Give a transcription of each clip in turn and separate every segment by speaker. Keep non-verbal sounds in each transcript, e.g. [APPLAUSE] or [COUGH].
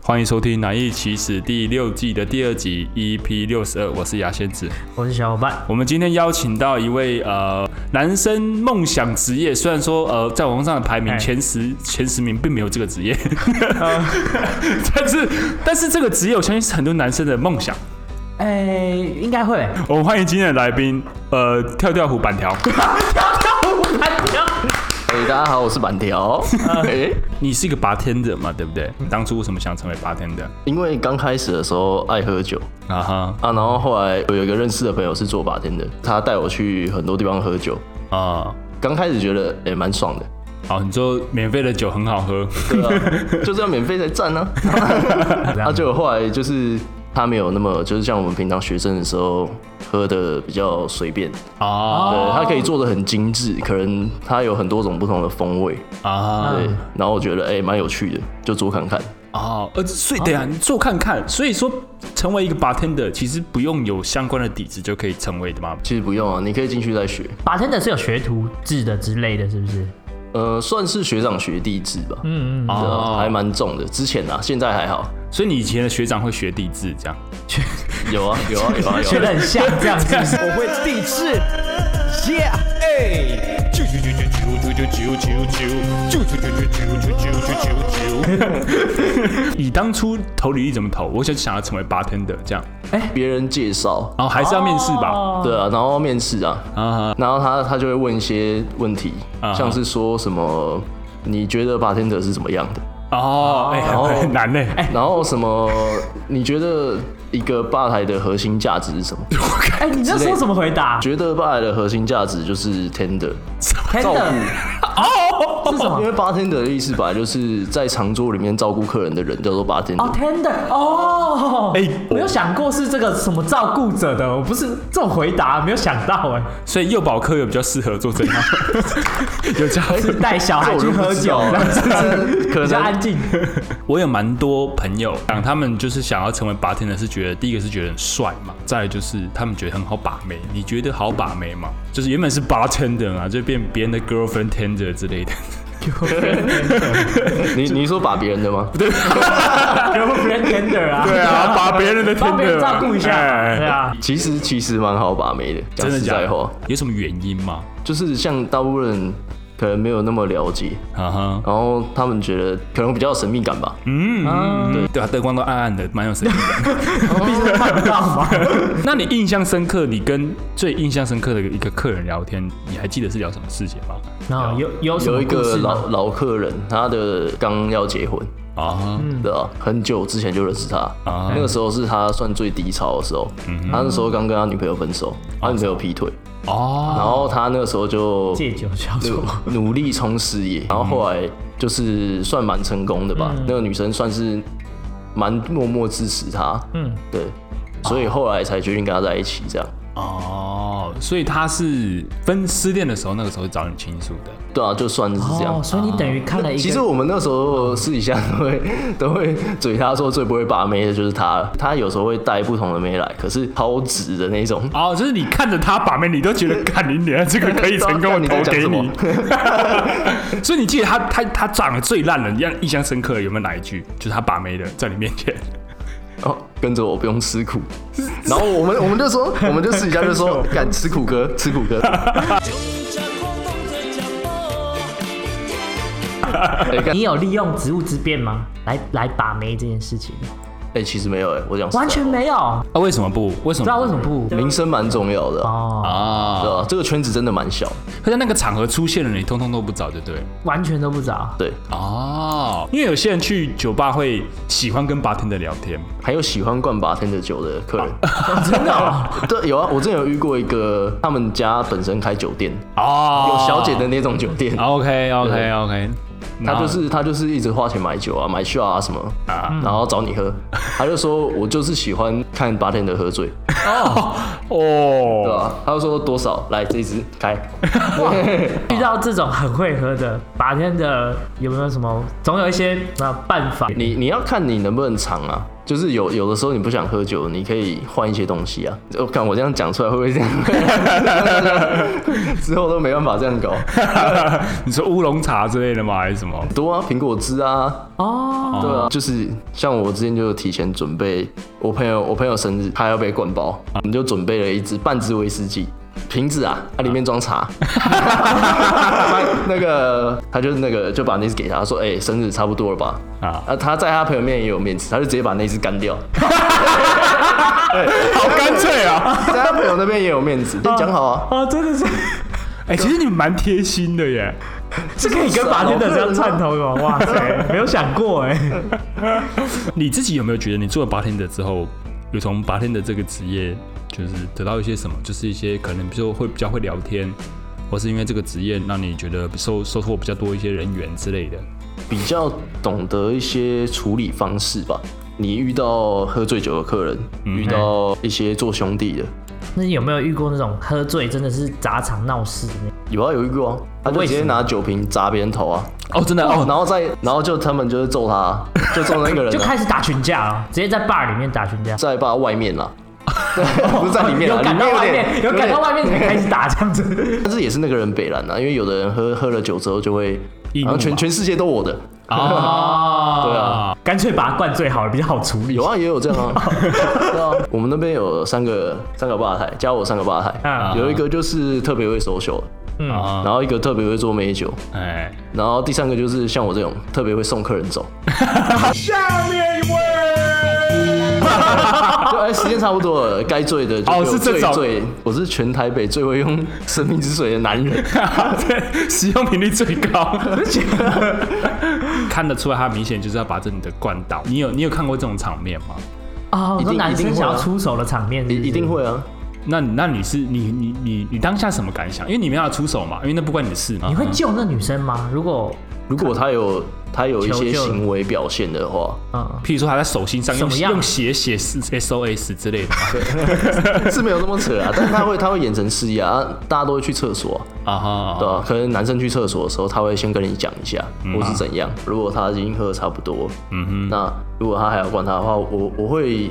Speaker 1: 欢迎收听《难易奇史》第六季的第二集 EP 六十二，我是牙仙子。
Speaker 2: 我是小伙伴，
Speaker 1: 我们今天邀请到一位呃男生梦想职业，虽然说呃在网上的排名
Speaker 2: 哎
Speaker 1: 前十、前十名并没有这个职业，啊 [LAUGHS] 但是但是这个职业我相信是很多男生的梦想。
Speaker 2: 哎、应该会。
Speaker 1: 我们欢迎今天的来宾，呃跳跳虎板条，
Speaker 3: 哎、大家好，我是板条。哎、
Speaker 1: [LAUGHS] 你是一个拔天的嘛，对不对？当初为什么想成为拔天的？
Speaker 3: 因为刚开始的时候爱喝酒
Speaker 1: 啊哈
Speaker 3: 啊，然后后来我有一个认识的朋友是做把天的，他带我去很多地方喝酒。
Speaker 1: 啊，
Speaker 3: 刚开始觉得哎蛮、爽的，
Speaker 1: 好，你说免费的酒很好喝，
Speaker 3: 对啊，就是要免费才赚呢、啊。啊，就后来就是他没有那么就是像我们平常学生的时候喝的比较随便，
Speaker 1: [LAUGHS] 啊
Speaker 3: 对，他可以做的很精致，可能他有很多种不同的风味，
Speaker 1: 啊
Speaker 3: 对。然后我觉得哎蛮、有趣的，就做看看。
Speaker 1: 哦，呃，所以等一下你做看看，所以说成为一个 bartender 其实不用有相关的底子就可以成为的嘛。
Speaker 3: 其实不用啊，你可以进去再学。
Speaker 2: 把真的是有学徒制的之类的，是不是？
Speaker 3: 呃，算是学长学弟制吧，
Speaker 2: 嗯嗯，
Speaker 3: 对啊还
Speaker 1: 哦，
Speaker 3: 蛮重的。之前啊，现在还好，
Speaker 1: 所以你以前的学长会学地质这样。
Speaker 3: 有 [LAUGHS] 啊，有啊，有啊，
Speaker 2: 学
Speaker 3: 有
Speaker 2: 的
Speaker 3: 啊。
Speaker 2: 很像这样子。 [LAUGHS]
Speaker 4: 我会地质，Yeah，哎，啾啾啾啾啾啾啾啾啾啾啾啾啾啾啾啾啾。
Speaker 1: 你当初投履历怎么投？我想想要成为 bartender 这样，
Speaker 3: 别人介绍，
Speaker 1: 然后还是要面试吧？
Speaker 3: 对啊，然后面试啊，
Speaker 1: 啊
Speaker 3: 然后他他就会问一些问题，
Speaker 1: 啊
Speaker 3: 像是说什么你觉得 bartender 是怎么样的，
Speaker 1: 哦，哎，
Speaker 3: 哦
Speaker 1: 很很难呢。
Speaker 3: 然后什么你觉得一个吧台的核心价值是 [LAUGHS] 什么？
Speaker 2: 哎、你这说怎么回答？
Speaker 3: 觉得吧台的核心价值就是 tender，
Speaker 2: 真
Speaker 3: 照
Speaker 2: 的
Speaker 3: 顾，
Speaker 2: 哦，是什
Speaker 3: 因
Speaker 2: 么？
Speaker 3: 为 bartender 的意思本来就是在长桌里面照顾客人的人叫做
Speaker 2: 哦
Speaker 3: bartender。
Speaker 2: ，tender，哦，
Speaker 1: 哎
Speaker 2: 没有想过是这个什么照顾者的，我不是这种回答，没有想到哎、
Speaker 1: 所以幼保科有比较适合做这样，
Speaker 3: [LAUGHS]
Speaker 1: 有加分。
Speaker 2: 带小孩去喝酒，
Speaker 3: 这我就不知道了可能
Speaker 2: 比较安
Speaker 3: [LAUGHS]
Speaker 2: 静。
Speaker 1: 我有蛮多朋友讲，他们就是想要成为 bartender，是觉得第一个是觉得很帅嘛，再来就是他们觉得很好把妹。你觉得好把妹吗？就是原本是 bartender 啊，就变别人的 girlfriend tender 之类的。
Speaker 3: 你你说把别人的吗？对，
Speaker 2: 有没有 friend tender 啊？
Speaker 1: 啊，把别人的
Speaker 2: 帮别人照顾一下，对啊。
Speaker 3: 其实其实蛮好把妹的，讲
Speaker 1: 真的
Speaker 3: 实
Speaker 1: 假
Speaker 3: 在
Speaker 1: 的
Speaker 3: 话。？
Speaker 1: 有什么原因吗？
Speaker 3: 就是像大部分人可能没有那么了解，
Speaker 1: 啊哈，
Speaker 3: 然后他们觉得可能比较有神秘感吧。
Speaker 2: 嗯
Speaker 1: 对对啊，灯光都暗暗的，蛮有神秘 [LAUGHS] 的。
Speaker 3: 哦
Speaker 2: 毕竟看不到
Speaker 3: [LAUGHS]
Speaker 2: 嘛。
Speaker 1: 那你印象深刻，你跟最印象深刻的一个客人聊天，你还记得是聊什么事情吗？
Speaker 2: 然后有有什么
Speaker 3: 有一
Speaker 2: 故
Speaker 3: 个
Speaker 2: 事吗
Speaker 3: 老老客人，他的刚要结婚，
Speaker 1: 啊哈，
Speaker 3: 对吧、很久之前就认识他，
Speaker 1: 啊
Speaker 3: 那个时候是他算最低潮的时候。
Speaker 2: 嗯
Speaker 3: 他那时候刚跟他女朋友分手，他女朋友劈腿，
Speaker 1: 哦，
Speaker 3: 然后他那个时候就
Speaker 2: 啊借酒嗯消愁。
Speaker 3: 努努力冲事业，然后后来就是算蛮成功的
Speaker 2: 嗯
Speaker 3: 吧。那个女生算是蛮默默支持他，
Speaker 2: 嗯，
Speaker 3: 对，所以后来才决定跟他在一起这样。
Speaker 1: 哦，所以他是分失恋的时候，那个时候找你倾诉的。
Speaker 3: 对啊，就算是这样。
Speaker 2: 哦，所以你等于看了一个，
Speaker 3: 其实我们那时候私底下都会 [LAUGHS] 都会嘴他说最不会把妹的就是他了，他有时候会带不同的妹来，可是超直的那种。
Speaker 1: [LAUGHS] 哦，就是你看着他把妹，你都觉得看你脸，这个可以成功，我
Speaker 3: 你
Speaker 1: 投
Speaker 3: 在讲
Speaker 1: 给
Speaker 3: 什么
Speaker 1: 你。 [LAUGHS] 所以你记得他他他长得最烂的，你让印象深刻的有没有哪一句？就是他把妹的在你面前。
Speaker 3: 哦，跟着我不用
Speaker 2: [LAUGHS]
Speaker 3: 吃苦。然后我们我们就说，我们就私底下就说，敢吃苦哥，吃苦
Speaker 2: [LAUGHS]
Speaker 3: 哥。哎、干
Speaker 2: 你有利用职务之便吗？来来把妹这件事情，
Speaker 3: 哎其实没有哎、我讲实在
Speaker 2: 完全没有，
Speaker 1: [LAUGHS] 啊，为什么不？为什么？
Speaker 2: 不知道为什么不
Speaker 3: 名声蛮重要的啊、
Speaker 2: 哦，
Speaker 3: 对
Speaker 1: 啊？
Speaker 3: 吧、这个圈子真的蛮小，
Speaker 1: 他在那个场合出现了，你通通都不找，对不对？
Speaker 2: 完全都不找。
Speaker 3: 对。
Speaker 1: 哦，因为有些人去酒吧会喜欢跟 bartender 聊天。
Speaker 3: 还有喜欢灌八天的酒的客人，
Speaker 2: 真的哦
Speaker 3: [LAUGHS] 对，有啊，我之前有遇过一个，他们家本身开酒店，
Speaker 1: 哦，
Speaker 3: 有小姐的。那种酒店，
Speaker 1: 啊 OK OK
Speaker 3: 对
Speaker 1: OK，
Speaker 3: 他就是他就是一直花钱买酒啊，买 shot 啊什么啊，然后找你喝，他就说我就是喜欢看八天的喝醉，
Speaker 1: 哦
Speaker 3: 对吧、他就说多少，来这一支开，
Speaker 2: 遇到这种很会喝的，把天的有没有什么？总有一些啊办法。
Speaker 3: 你你要看你能不能藏啊，就是有有的时候你不想喝酒，你可以换一些东西啊。我、看我这样讲出来会不会这样？ [LAUGHS] 之后都没办法这样搞，
Speaker 1: [LAUGHS] 你说乌龙茶之类的吗？还是什么？
Speaker 3: 多啊，苹果汁啊，
Speaker 2: 哦，
Speaker 3: 对啊，就是像我之前就提前准备，我朋友我朋友生日，他要被灌包，我
Speaker 1: 啊
Speaker 3: 们就准备了一支半支威士忌。瓶子啊，它、里面装茶。
Speaker 1: 啊
Speaker 3: [LAUGHS] 那个，他就那个就把那支给他说，哎、生日差不多了吧？
Speaker 1: 啊
Speaker 3: 啊，他在他朋友面也有面子，他就直接把那支干掉。
Speaker 1: [LAUGHS] 好干脆啊！
Speaker 3: [LAUGHS] 在他朋友那边也有面子，就讲好啊。
Speaker 2: 哦，真 [LAUGHS] 的是
Speaker 1: 哎、其实你们蛮贴心的耶。
Speaker 2: 是可以跟法天的这样串通哦，哇塞，没有想过哎， [LAUGHS]
Speaker 1: 你自己有没有觉得你做了 bartender 之后，有从 bartender 这个职业就是得到一些什么？就是一些可能比如说会比较会聊天，或是因为这个职业让你觉得收收获比较多一些人缘之类的。
Speaker 3: 比较懂得一些处理方式吧。你遇到喝醉酒的客人，
Speaker 2: 嗯
Speaker 3: 遇到一些做兄弟的，
Speaker 5: 那你有没有遇过那种喝醉真的是砸场闹事的那种？
Speaker 3: 有啊有遇过啊，他就直接拿酒瓶砸别人头啊，
Speaker 1: 哦，真的哦，
Speaker 3: 然后再然后就他们就是揍他
Speaker 2: [LAUGHS]
Speaker 3: 啊、就揍那个人
Speaker 5: 就
Speaker 3: 啊、
Speaker 5: 开始打群架
Speaker 2: 哦
Speaker 5: 了，直接在 bar 里面打群架。
Speaker 3: 在吧外面啦，啊 [LAUGHS]
Speaker 5: [LAUGHS]
Speaker 3: 不是在里面
Speaker 2: 有
Speaker 3: 啊，里
Speaker 2: 赶到
Speaker 3: 面有
Speaker 2: 外
Speaker 3: 点
Speaker 2: 面，有赶到
Speaker 3: 点
Speaker 2: 外面才开始打这样子，
Speaker 3: [LAUGHS] 但是也是那个人北蓝啊，因为有的人喝喝了酒之后就会，
Speaker 1: 易怒
Speaker 3: 然后全
Speaker 1: 嘛
Speaker 3: 全世界都我的，
Speaker 2: 哦，
Speaker 3: [LAUGHS] 对啊。
Speaker 2: 干脆把他灌醉好了，比较好处理
Speaker 3: 有。啊，也有这样
Speaker 1: [LAUGHS]
Speaker 3: 啊。对啊，我们那边有三个三个吧台，加我三个吧台
Speaker 2: 啊，
Speaker 3: 有一个就是特别会 social，
Speaker 1: 啊，
Speaker 3: 然后一个特别会做美酒，
Speaker 1: 哎，
Speaker 3: 然后第三个就是像我这种特别会送客人走。下面一位。哎，时间差不多了，该醉的就
Speaker 1: 啊哦
Speaker 3: 给我
Speaker 1: 是这
Speaker 3: 醉
Speaker 1: 种
Speaker 3: 醉，我是全台北最会
Speaker 1: [LAUGHS]
Speaker 3: 用生命之水的男人。
Speaker 1: [LAUGHS] 对，使用频率最 [LAUGHS] 高，看得出来他明显就是要把这女的灌倒。你有你有看过这种场面吗？
Speaker 5: 哦，
Speaker 3: 一
Speaker 5: 你
Speaker 3: 定
Speaker 5: 说男
Speaker 3: 一
Speaker 5: 生
Speaker 3: 定会啊
Speaker 5: 想要出手的场面是不
Speaker 3: 一
Speaker 5: 是
Speaker 1: 嗯
Speaker 3: 一定。会啊，
Speaker 1: 那你那你是你你你你当下什么感想？因为你没有要出手嘛，因为那不关你的
Speaker 3: 啊
Speaker 1: 事嘛。
Speaker 5: 你会救那女生吗？如果
Speaker 3: 如果他有他有一
Speaker 5: 求
Speaker 3: 些
Speaker 5: 救
Speaker 3: 行为表现的话，
Speaker 5: 嗯，
Speaker 1: 譬如说他在手心上用
Speaker 5: 什么样
Speaker 1: 用血写 S O S 之类的嘛
Speaker 3: 是没有那么扯啊，但是他会他会眼神示意啊，啊大家都会去厕所啊、
Speaker 1: 啊哈啊
Speaker 3: 对
Speaker 1: 哈，
Speaker 5: 哦
Speaker 3: 啊，可能男生去厕所的时候，他会先跟你讲一下，
Speaker 5: 嗯
Speaker 3: 我
Speaker 5: 啊
Speaker 3: 是怎样。如果他已经喝的差不多，嗯哼，那如果他还要灌他的话，我我会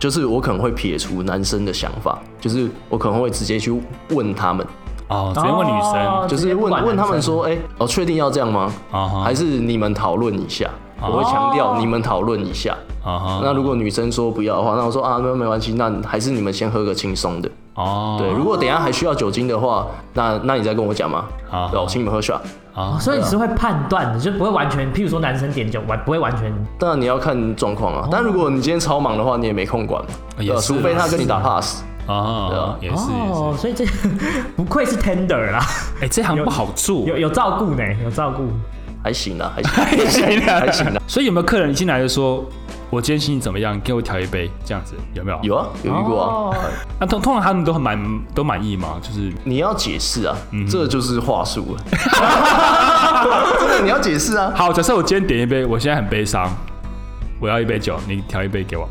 Speaker 3: 就是我可能会撇除男生的想法，就是我可能会直接去问他们，
Speaker 1: 哦，直接问女生
Speaker 5: 哦
Speaker 3: 就
Speaker 5: 直
Speaker 3: 是
Speaker 5: 接不
Speaker 3: 问
Speaker 5: 管
Speaker 3: 问他们
Speaker 5: 男生哦
Speaker 3: 说，哎、哦，确定要这样吗？
Speaker 1: 啊哈
Speaker 3: 还是你们讨论一下？我会强调你们讨论一下。
Speaker 1: 啊
Speaker 5: 哦
Speaker 1: 哈，
Speaker 3: 那如果女生说不要的话，那我说啊，那没关系，那还是你们先喝个轻松的。
Speaker 1: 哦，
Speaker 3: 对，如果等一下还需要酒精的话，那那你再跟我讲嘛。
Speaker 1: 啊
Speaker 3: 对，我请你们喝 shot。
Speaker 1: 啊，
Speaker 5: 所以你是会判断的，就不会完全，譬如说男生点酒完不会完全
Speaker 3: 当然你要看状况啊。但如果你今天超忙的话，你也没空管嘛，
Speaker 1: 哦也
Speaker 3: 对啊
Speaker 1: 是啊
Speaker 3: 除非他跟你打 pass。
Speaker 1: 啊
Speaker 3: 啊，
Speaker 1: 也是也
Speaker 5: 哦，
Speaker 1: 是，
Speaker 5: 所以这 [LAUGHS] 不愧是 tender 啦，
Speaker 1: 哎，这行不好做 [LAUGHS]
Speaker 5: 有。有照顾呢，有照顾。
Speaker 3: 还行啊啦，还行，还行
Speaker 1: 啊
Speaker 3: 啦，还行啦。
Speaker 1: 哎
Speaker 3: 啊
Speaker 1: 所以有没有客人进来就说，我今天心情怎么样？给我调一杯这样子，有没有？
Speaker 3: 有啊，有遇过啊。
Speaker 5: 哦，
Speaker 1: 那通通常他们都很满都满意吗？就是
Speaker 3: 你要解释啊，
Speaker 1: 嗯
Speaker 3: 这就是话术
Speaker 1: [LAUGHS]
Speaker 3: 了。真的，你要解释啊。
Speaker 1: 好，假设我今天点一杯，我现在很悲伤，我要一杯酒，你调一杯给我，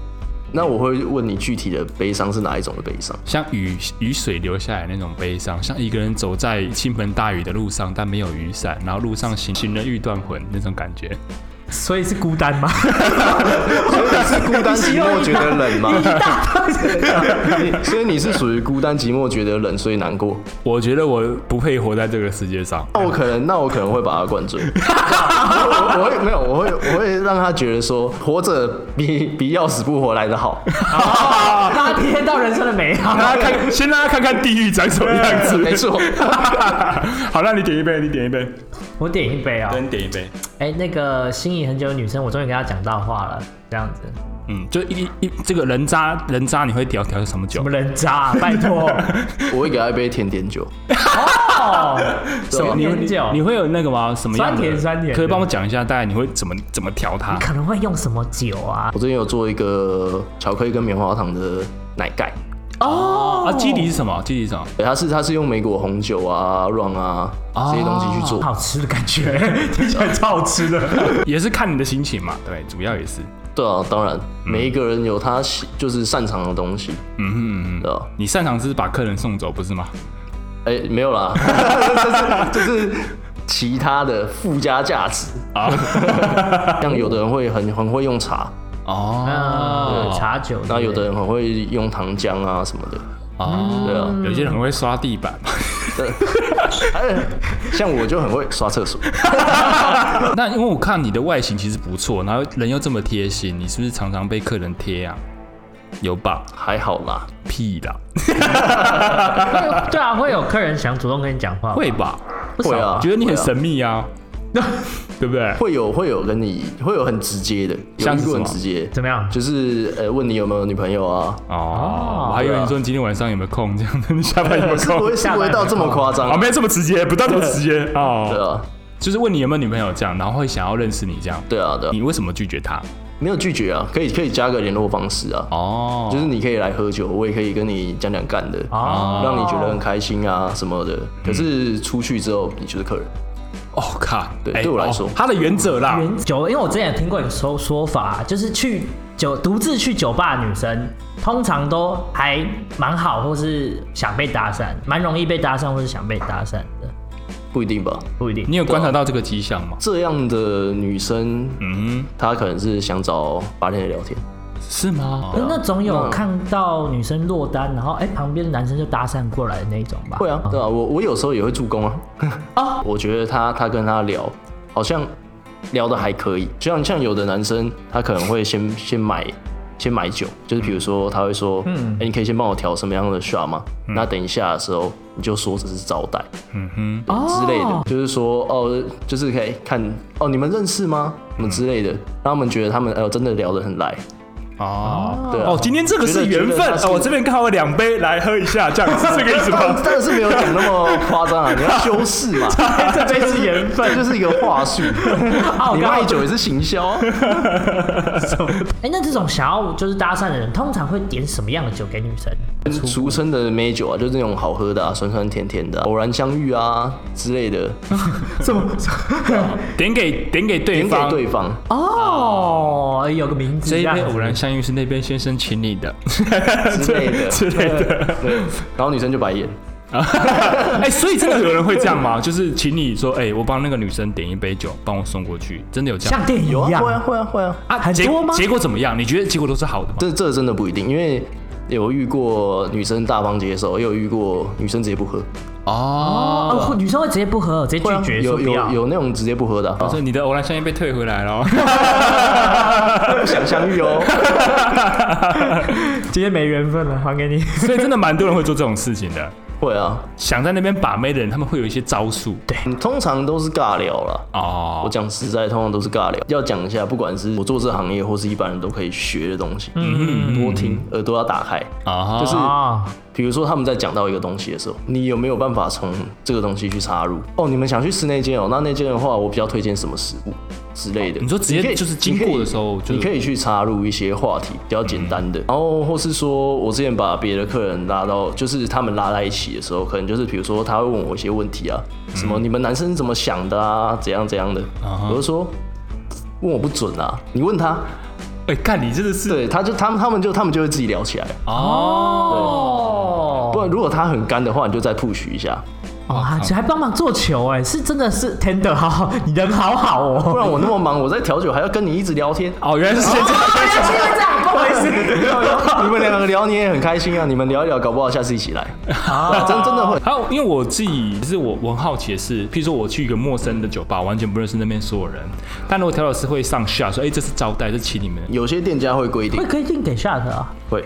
Speaker 3: 那我会问你具体的悲伤是哪一种的悲伤？
Speaker 1: 像雨雨水流下来那种悲伤，像一个人走在倾盆大雨的路上，但没有雨伞，然后路上行行人欲断魂那种感觉。
Speaker 2: 所以是孤单吗？
Speaker 3: 所以你是孤单寂寞觉得冷
Speaker 1: [LAUGHS]
Speaker 3: 吗？ [LAUGHS] 你所以你是属于孤单寂寞觉得冷，所以难过。
Speaker 1: 我觉得我不配活在这个世界上。
Speaker 3: 那我可能，那我可能会把他灌醉。 [LAUGHS] 我我会没有，我会我会让他觉得说，活着比 [LAUGHS] 比要死不活来的
Speaker 1: [LAUGHS]
Speaker 3: 好。
Speaker 5: [LAUGHS] 大家体验到人生的啊美好。
Speaker 1: 让他看， [LAUGHS] 先让他看看地狱长什么样子。
Speaker 3: 没错，
Speaker 1: 好，那你点一杯，你点一杯，
Speaker 5: 我点一杯啊、
Speaker 1: 跟点一杯。
Speaker 5: 哎、那个心仪很久的女生，我终于跟她讲到话了，这样子。
Speaker 1: 嗯，就一一这个人渣，人渣你会调调什么酒
Speaker 5: 我？们人渣、啊拜 [LAUGHS] 托。
Speaker 3: 我会给他一杯甜点酒。
Speaker 5: 哦，
Speaker 3: 什
Speaker 1: 你会
Speaker 5: 甜酒
Speaker 1: 你会有那个吗？什么样的？
Speaker 5: 酸甜酸甜的
Speaker 1: 可以帮我讲一下，大概你会怎么怎么调它？
Speaker 5: 可能会用什么酒啊？
Speaker 3: 我最近有做一个巧克力跟棉花糖的奶盖，
Speaker 1: 啊，基底是什么？基底是什么？
Speaker 3: 对，它是它是用美国红酒啊、rum 啊这些东西去做。
Speaker 1: 哦
Speaker 5: 好吃的感觉， [LAUGHS] 听起来超好吃的。
Speaker 1: 也是看你的心情嘛，对，主要也是。
Speaker 3: 对啊，当然每一个人有他喜就是擅长的东西，
Speaker 1: 嗯哼嗯哼，
Speaker 3: 对啊吧？
Speaker 1: 你擅长是把客人送走，不是吗？
Speaker 3: 哎，没
Speaker 1: [LAUGHS]
Speaker 3: 有啦，这是这是其他的附加价值。
Speaker 1: 啊，
Speaker 3: 像有的人会很很会用茶，
Speaker 1: 哦
Speaker 5: 呃，
Speaker 3: 哦
Speaker 5: 茶酒之类。
Speaker 3: 那有的人很会用糖浆啊什么的，
Speaker 1: 哦，
Speaker 3: 对啊，
Speaker 1: 有些人很会刷地板。 [LAUGHS]
Speaker 3: 哎像我就很会刷厕所，
Speaker 1: 那因为我看你的外形其实不错，然后人又这么贴心，你是不是常常被客人贴啊？有吧？
Speaker 3: 还好啦，
Speaker 1: 屁啦，
Speaker 3: 啊
Speaker 5: 对啊，会有客人想主动跟你讲话吗，
Speaker 1: 会吧？
Speaker 5: 不
Speaker 3: 会
Speaker 5: 少
Speaker 3: 啊，
Speaker 1: 觉得你很
Speaker 3: 会啊
Speaker 1: 神秘
Speaker 3: [LAUGHS]
Speaker 1: 啊，对不对？
Speaker 3: 会有会有跟你会有很直接的，有
Speaker 1: 像
Speaker 3: 遇
Speaker 1: 是
Speaker 3: 过
Speaker 1: 什么
Speaker 3: 很直接，
Speaker 5: 怎么样？
Speaker 3: 就是呃问你有没有女朋友啊，
Speaker 1: 哦，我还以为你说你今天晚上有没有空这样子，你下
Speaker 3: [LAUGHS]
Speaker 1: 班有没有
Speaker 3: 是不
Speaker 1: 空
Speaker 3: 会？是不会到这么夸张
Speaker 1: 啊，，没有这么直接，不到这么直接
Speaker 3: 对
Speaker 1: 哦。
Speaker 3: 啊
Speaker 1: 就是问你有没有女朋友这样，然后会想要认识你这样，
Speaker 3: 对啊对啊
Speaker 1: 你，为什么拒绝他？
Speaker 3: 没有拒绝啊，可以可以加个联络方式啊，
Speaker 1: 哦，
Speaker 3: 就是你可以来喝酒，我也可以跟你讲讲干的，
Speaker 1: 啊
Speaker 5: 哦
Speaker 3: 让你觉得很开心啊什么
Speaker 1: 嗯
Speaker 3: 的。可是出去之后，你就是客人，
Speaker 1: 哦靠，
Speaker 3: 对
Speaker 1: 哎
Speaker 3: 对我来
Speaker 1: 哦
Speaker 3: 说
Speaker 1: 他的原则啦，
Speaker 5: 原酒，因为我之前也听过有说说法，啊就是去酒独自去酒吧的女生，通常都还蛮好，或是想被搭讪，蛮容易被搭讪，或是想被搭讪的，
Speaker 3: 不一定吧？
Speaker 5: 不一定。
Speaker 1: 你有
Speaker 3: 啊
Speaker 1: 观察到这个迹象吗？
Speaker 3: 这样的女生，
Speaker 1: 嗯，
Speaker 3: 她可能是想找八天的聊天，
Speaker 1: 是吗？
Speaker 5: 可是那总有嗯看到女生落单，然后哎、旁边的男生就搭讪过来的那种吧？
Speaker 3: 会啊，对啊，我我有时候也会助攻啊。
Speaker 5: 哦，
Speaker 3: [LAUGHS] 我觉得她她跟她聊，好像聊的还可以，就像像有的男生，他可能会先 [LAUGHS] 先买。先买酒，就是比如说他会说，嗯，哎、你可以先帮我调什么样的 shot 吗？那等一下的时候你就说只是招待，
Speaker 1: 嗯哼，
Speaker 3: 之类的，就是说哦，就是可以看哦，你们认识吗？什么之类的，让他们觉得他们呃真的聊得很来，
Speaker 1: 哦，
Speaker 3: 对啊
Speaker 1: 哦，今天这个是缘
Speaker 3: 觉得
Speaker 1: 分
Speaker 3: 觉得他是
Speaker 1: 哦，我这边靠了两杯来喝一下，这样是这个意思
Speaker 3: 当然 [LAUGHS]
Speaker 1: 吗？
Speaker 3: 当然是没有讲那么夸张啊，你要修饰嘛，
Speaker 2: 这真是缘分。
Speaker 3: 这就是一个话术，你卖酒也是行销啊，
Speaker 5: 哎、那这种想要就是搭讪的人，通常会点什么样的酒给女生？
Speaker 3: 俗称的美酒啊，就是那种好喝的啊，酸酸甜甜的啊、偶然相遇啊之类的，
Speaker 2: 什么？
Speaker 1: 点给点给对
Speaker 3: 点给
Speaker 1: 方，
Speaker 3: 对方，
Speaker 5: [LAUGHS] 哦，有个名字
Speaker 1: 这一
Speaker 5: 样
Speaker 1: 杯
Speaker 5: 子
Speaker 1: 偶然相遇是那边先生请你的
Speaker 3: 之类的
Speaker 1: [LAUGHS] 之类的。
Speaker 3: 对，然后女生就白眼，
Speaker 1: 哎、所以真的有人会这样吗？就是请你说，哎、我帮那个女生点一杯酒，帮我送过去，真的有这样
Speaker 5: 像电影一
Speaker 3: 有啊，
Speaker 5: 样
Speaker 3: 会啊会啊会啊，
Speaker 1: 啊？
Speaker 5: 很
Speaker 1: 结
Speaker 5: 多吗
Speaker 1: 结果怎么样？你觉得结果都是好的吗？
Speaker 3: 这这真的不一定，因为有遇过女生大方接受，也有遇过女生直接不喝，
Speaker 1: 哦，
Speaker 5: 哦，女生会直接不喝，直接
Speaker 3: 会啊
Speaker 5: 拒绝说
Speaker 3: 有
Speaker 5: 不要
Speaker 3: 有。有那种直接不喝的啊、
Speaker 1: 所以你的偶然相遇被退回来了。 [LAUGHS]
Speaker 3: 不想相遇哦。
Speaker 2: 今天没缘分了，还给你。
Speaker 1: 所以真的蛮多人会做这种事情的。
Speaker 3: 会啊，
Speaker 1: 想在那边把妹的人，他们会有一些招数。对，
Speaker 3: 嗯通常都是尬聊啦。我
Speaker 1: 哦，
Speaker 3: 讲实在，通常都是尬聊。要讲一下，不管是我做这行业，或是一般人都可以学的东西，嗯，多听，耳朵要打开。
Speaker 1: 啊，
Speaker 3: 就是
Speaker 5: 啊、
Speaker 3: 比如说他们在讲到一个东西的时候，你有没有办法从这个东西去插入？哦，你们想去吃那间哦，那那间的话，我比较推荐什么食物之类的。
Speaker 1: 你说直接
Speaker 3: 你可以
Speaker 1: 就是经过的时候
Speaker 3: 你可
Speaker 1: 就嗯
Speaker 3: 以你可以去插入一些话题比较简单的，然后或是说我之前把别的客人拉到，就是他们拉在一起的时候，可能就是比如说他会问我一些问题啊，
Speaker 1: 嗯
Speaker 3: 什么你们男生是怎么想的啊，怎样怎样的，我就说问我不准啊，你问他，
Speaker 1: 哎，看你真的是
Speaker 3: 对，他就他们他们就他们就会自己聊起来，
Speaker 1: 哦，。
Speaker 5: 哦
Speaker 3: 不然如果他很干的话，你就再 push 一下。
Speaker 5: 哦，还还帮忙做球哎，是真的是 tender 好好，你人好好
Speaker 3: 不
Speaker 5: 哦。
Speaker 3: 然我那么忙，我在调酒还要跟你一直聊
Speaker 5: [LAUGHS]
Speaker 3: 天
Speaker 1: 哦，原来是这样。
Speaker 5: 哎
Speaker 3: 你们两个聊你也很开心啊，你们聊一聊，搞不好下次一起来。
Speaker 5: 啊
Speaker 3: 啊真真的会，
Speaker 1: [LAUGHS] 还有，因为我自己是我我很好奇的是，譬如说我去一个陌生的酒吧，完全不认识那边所有人，但如果调酒师会上下说，哎、这是招待，这是请你们，
Speaker 3: 有些店家会
Speaker 5: [LAUGHS]
Speaker 3: 规定
Speaker 5: 会规定给 shot 啊？
Speaker 3: 会，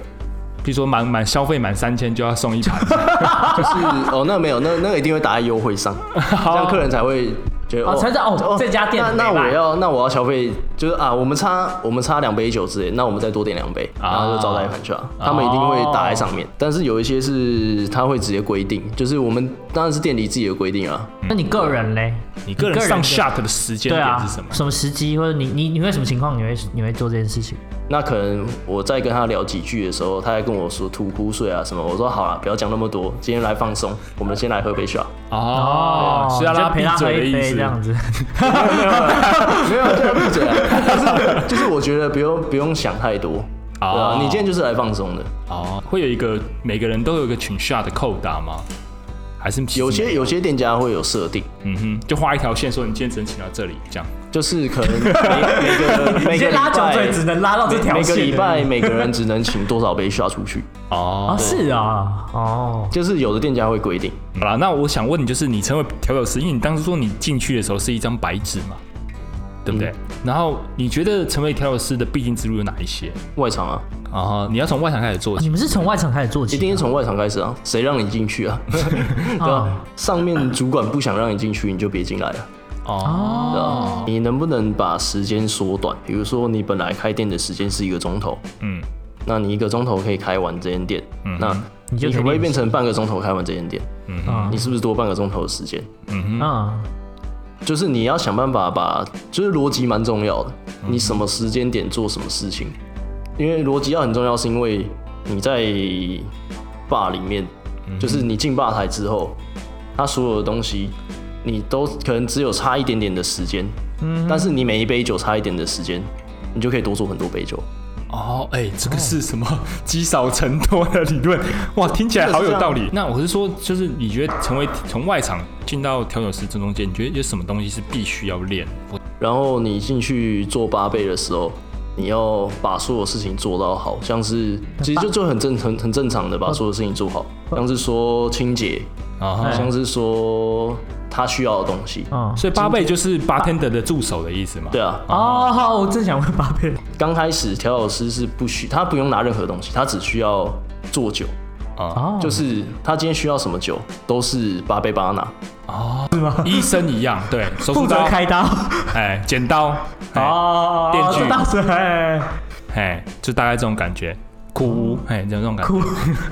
Speaker 1: 譬如说满满消费满三千就要送一盘，
Speaker 3: 就是哦，那没有，那那个一定会打在优
Speaker 5: [LAUGHS]
Speaker 3: 惠上，这样客人才会觉得
Speaker 5: 哦才知道哦这家店
Speaker 3: 那那
Speaker 5: 没卖
Speaker 3: 我要那我要消费，就是啊，我们差我们差两杯酒之类，那我们再多点两杯，然后就招待一盘去啊，他们一定会打在
Speaker 5: 哦
Speaker 3: 上面。但是有一些是他会直接规定，就是我们当然是店里自己的规定啊，
Speaker 5: 那你个人嘞？
Speaker 1: 你个人
Speaker 5: 的
Speaker 1: 上 shot 的时间
Speaker 5: 对
Speaker 1: 点
Speaker 5: 啊
Speaker 1: 是什么，？
Speaker 5: 什么时机或者你你你会什么情况你会你会做这件事情？
Speaker 3: 那可能我在跟他聊几句的时候，他还跟我说吐苦水啊什么。我说好了，不要讲那么多，今天来放松，我们先来喝杯 shot。
Speaker 1: 哦，是要
Speaker 5: 你
Speaker 1: 让他
Speaker 5: 就陪
Speaker 1: 闭
Speaker 5: 他喝
Speaker 1: 嘴的
Speaker 5: 一
Speaker 1: 意
Speaker 5: 杯
Speaker 1: 思
Speaker 5: 这。样子。
Speaker 3: 没有，就要闭嘴啊！就是就是，我觉得不用不用想太多，对啊
Speaker 1: 哦，
Speaker 3: 你今天就是来放松的，
Speaker 1: 哦，会有一个每个人都有一个群 shot 的扣打吗？还是其实
Speaker 3: 有些
Speaker 5: 嗯
Speaker 1: 没
Speaker 3: 有些店家会有设定，
Speaker 1: 嗯哼，就画一条线说你今天只能请到这里这样。
Speaker 3: 就是可能每每个
Speaker 5: [LAUGHS] 你
Speaker 3: 每个
Speaker 5: 先
Speaker 3: 礼
Speaker 5: 拉脚
Speaker 3: 拜
Speaker 5: 最只能拉到这条
Speaker 3: 每个礼
Speaker 5: 线。
Speaker 3: 拜每个人只能请多少杯 shot 出去，
Speaker 1: 哦
Speaker 5: 哦，是啊，哦，
Speaker 3: 就是有的店家会规定。
Speaker 1: 好啦，那我想问你，就是你成为调酒师，因为你当时说你进去的时候是一张白纸嘛，对不
Speaker 5: 嗯
Speaker 1: 对？然后你觉得成为调酒师的必经之路有哪一些？
Speaker 3: 外场啊，
Speaker 1: 然后你要从外场开始做
Speaker 5: 你
Speaker 1: 起。
Speaker 5: 们是从外场开始做起
Speaker 3: 一
Speaker 5: 的，
Speaker 3: 定是从外场开始啊，谁让你进去啊？对吧
Speaker 5: 啊？
Speaker 3: 上面主管不想让你进去，你就别进来啊。
Speaker 1: 哦，
Speaker 5: 啊
Speaker 3: 对吧？你能不能把时间缩短？比如说，你本来开店的时间是一个钟头，
Speaker 1: 嗯，
Speaker 3: 那你一个钟头可以开完这间店，那
Speaker 5: 你就
Speaker 3: 你
Speaker 5: 可以
Speaker 3: 可不可以
Speaker 5: 练
Speaker 3: 变成半个钟头开完这间店？
Speaker 5: 啊
Speaker 3: 你是不是多半个钟头的时间？
Speaker 5: 啊，
Speaker 3: 就是你要想办法把，就是逻辑蛮重要的，你什么时间点做什么事情，因为逻辑要很重要，是因为你在坝里面，就是你进吧台之后，它所有的东西你都可能只有差一点点的时间，但是你每一杯酒差一点的时间，你就可以多做很多杯酒，
Speaker 1: 哦，哎、这个是什么积少成多的理
Speaker 5: [LAUGHS]
Speaker 1: 论？哇，听起来好有道理。那我是说，就是你觉得成为从外场进到调酒师这中间，你觉得有什么东西是必须要练？我
Speaker 3: 然后你进去做八倍的时候。你要把所有事情做到好，像是其实就就很正很很正常的把所有事情做好，像是说清洁，哦
Speaker 1: 啊
Speaker 5: 哦哎，
Speaker 3: 像是说他需要的东西。
Speaker 5: 嗯，
Speaker 1: 所以八倍就是 bartender 的助手的意思嘛？
Speaker 3: 对啊，
Speaker 5: 哦，我正想问八倍，
Speaker 3: 刚开始调酒师是不需，他不用拿任何东西，他只需要做酒，
Speaker 1: 啊
Speaker 5: 哦，
Speaker 3: 就是他今天需要什么酒，都是八杯帮他拿。
Speaker 1: 医生一样，对，手术
Speaker 5: 负责
Speaker 1: 刀，
Speaker 5: 开刀，
Speaker 1: 哎，剪刀，哎，
Speaker 5: 哦，
Speaker 1: 电锯
Speaker 5: 这大神，哎
Speaker 1: 哎，就大概这种感觉，哭，哎，这种感觉，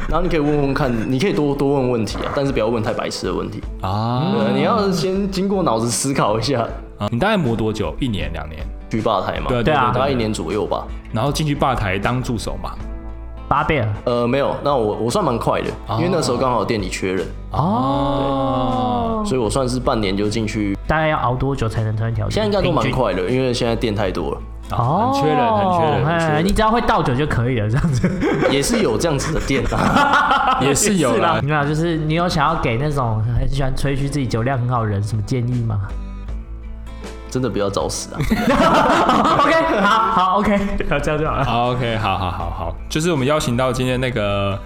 Speaker 3: 然后你可以问问看，你可以多多问问题啊，但是不要问太白痴的问题。
Speaker 1: 啊，
Speaker 5: 哦
Speaker 3: 对，你要先经过脑子思考一下。
Speaker 1: 你大概磨多久？一年、两年？
Speaker 3: 去吧台嘛，
Speaker 1: 对
Speaker 5: 对啊
Speaker 3: 大概一年左右吧。
Speaker 1: 然后进去吧台当助手嘛？
Speaker 5: 八倍了，
Speaker 3: 呃，没有，那我我算蛮快的，因为那时候刚好店里缺人，
Speaker 5: 哦，
Speaker 3: 所以我算是半年就进去。
Speaker 5: 大概要熬多久才能成为调酒？
Speaker 3: 现在应该都蛮
Speaker 5: 平均，
Speaker 3: 快的，因为现在店太多了。
Speaker 5: 哦，
Speaker 1: 很缺人很缺人很缺人
Speaker 5: 哎你只要会倒酒就可以了，这样子。
Speaker 3: 也是有这样子的店啊， [LAUGHS]
Speaker 1: 也是有啦。
Speaker 5: 没有，就是你有想要给那种很喜欢吹嘘自己酒量很好的人什么建议吗
Speaker 3: 真的不要找死啊！
Speaker 5: ？OK，好好 OK，这样就好了。
Speaker 1: 好，OK，好啊好好好，就是我们邀请到今天那个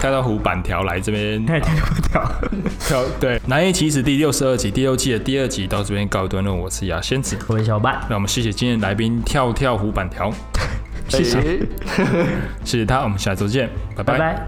Speaker 1: 跳跳虎板条来这边
Speaker 5: [LAUGHS] 太太不掉，
Speaker 1: 跳，对，南野起始第六十二集第六季的第二集到这边告一段落，我是牙仙子。
Speaker 5: 我的小伴，
Speaker 1: 那我们谢谢今天的来宾跳跳虎板条，
Speaker 3: 谢谢。
Speaker 1: 谢谢他，我们下周见，拜
Speaker 5: 拜拜。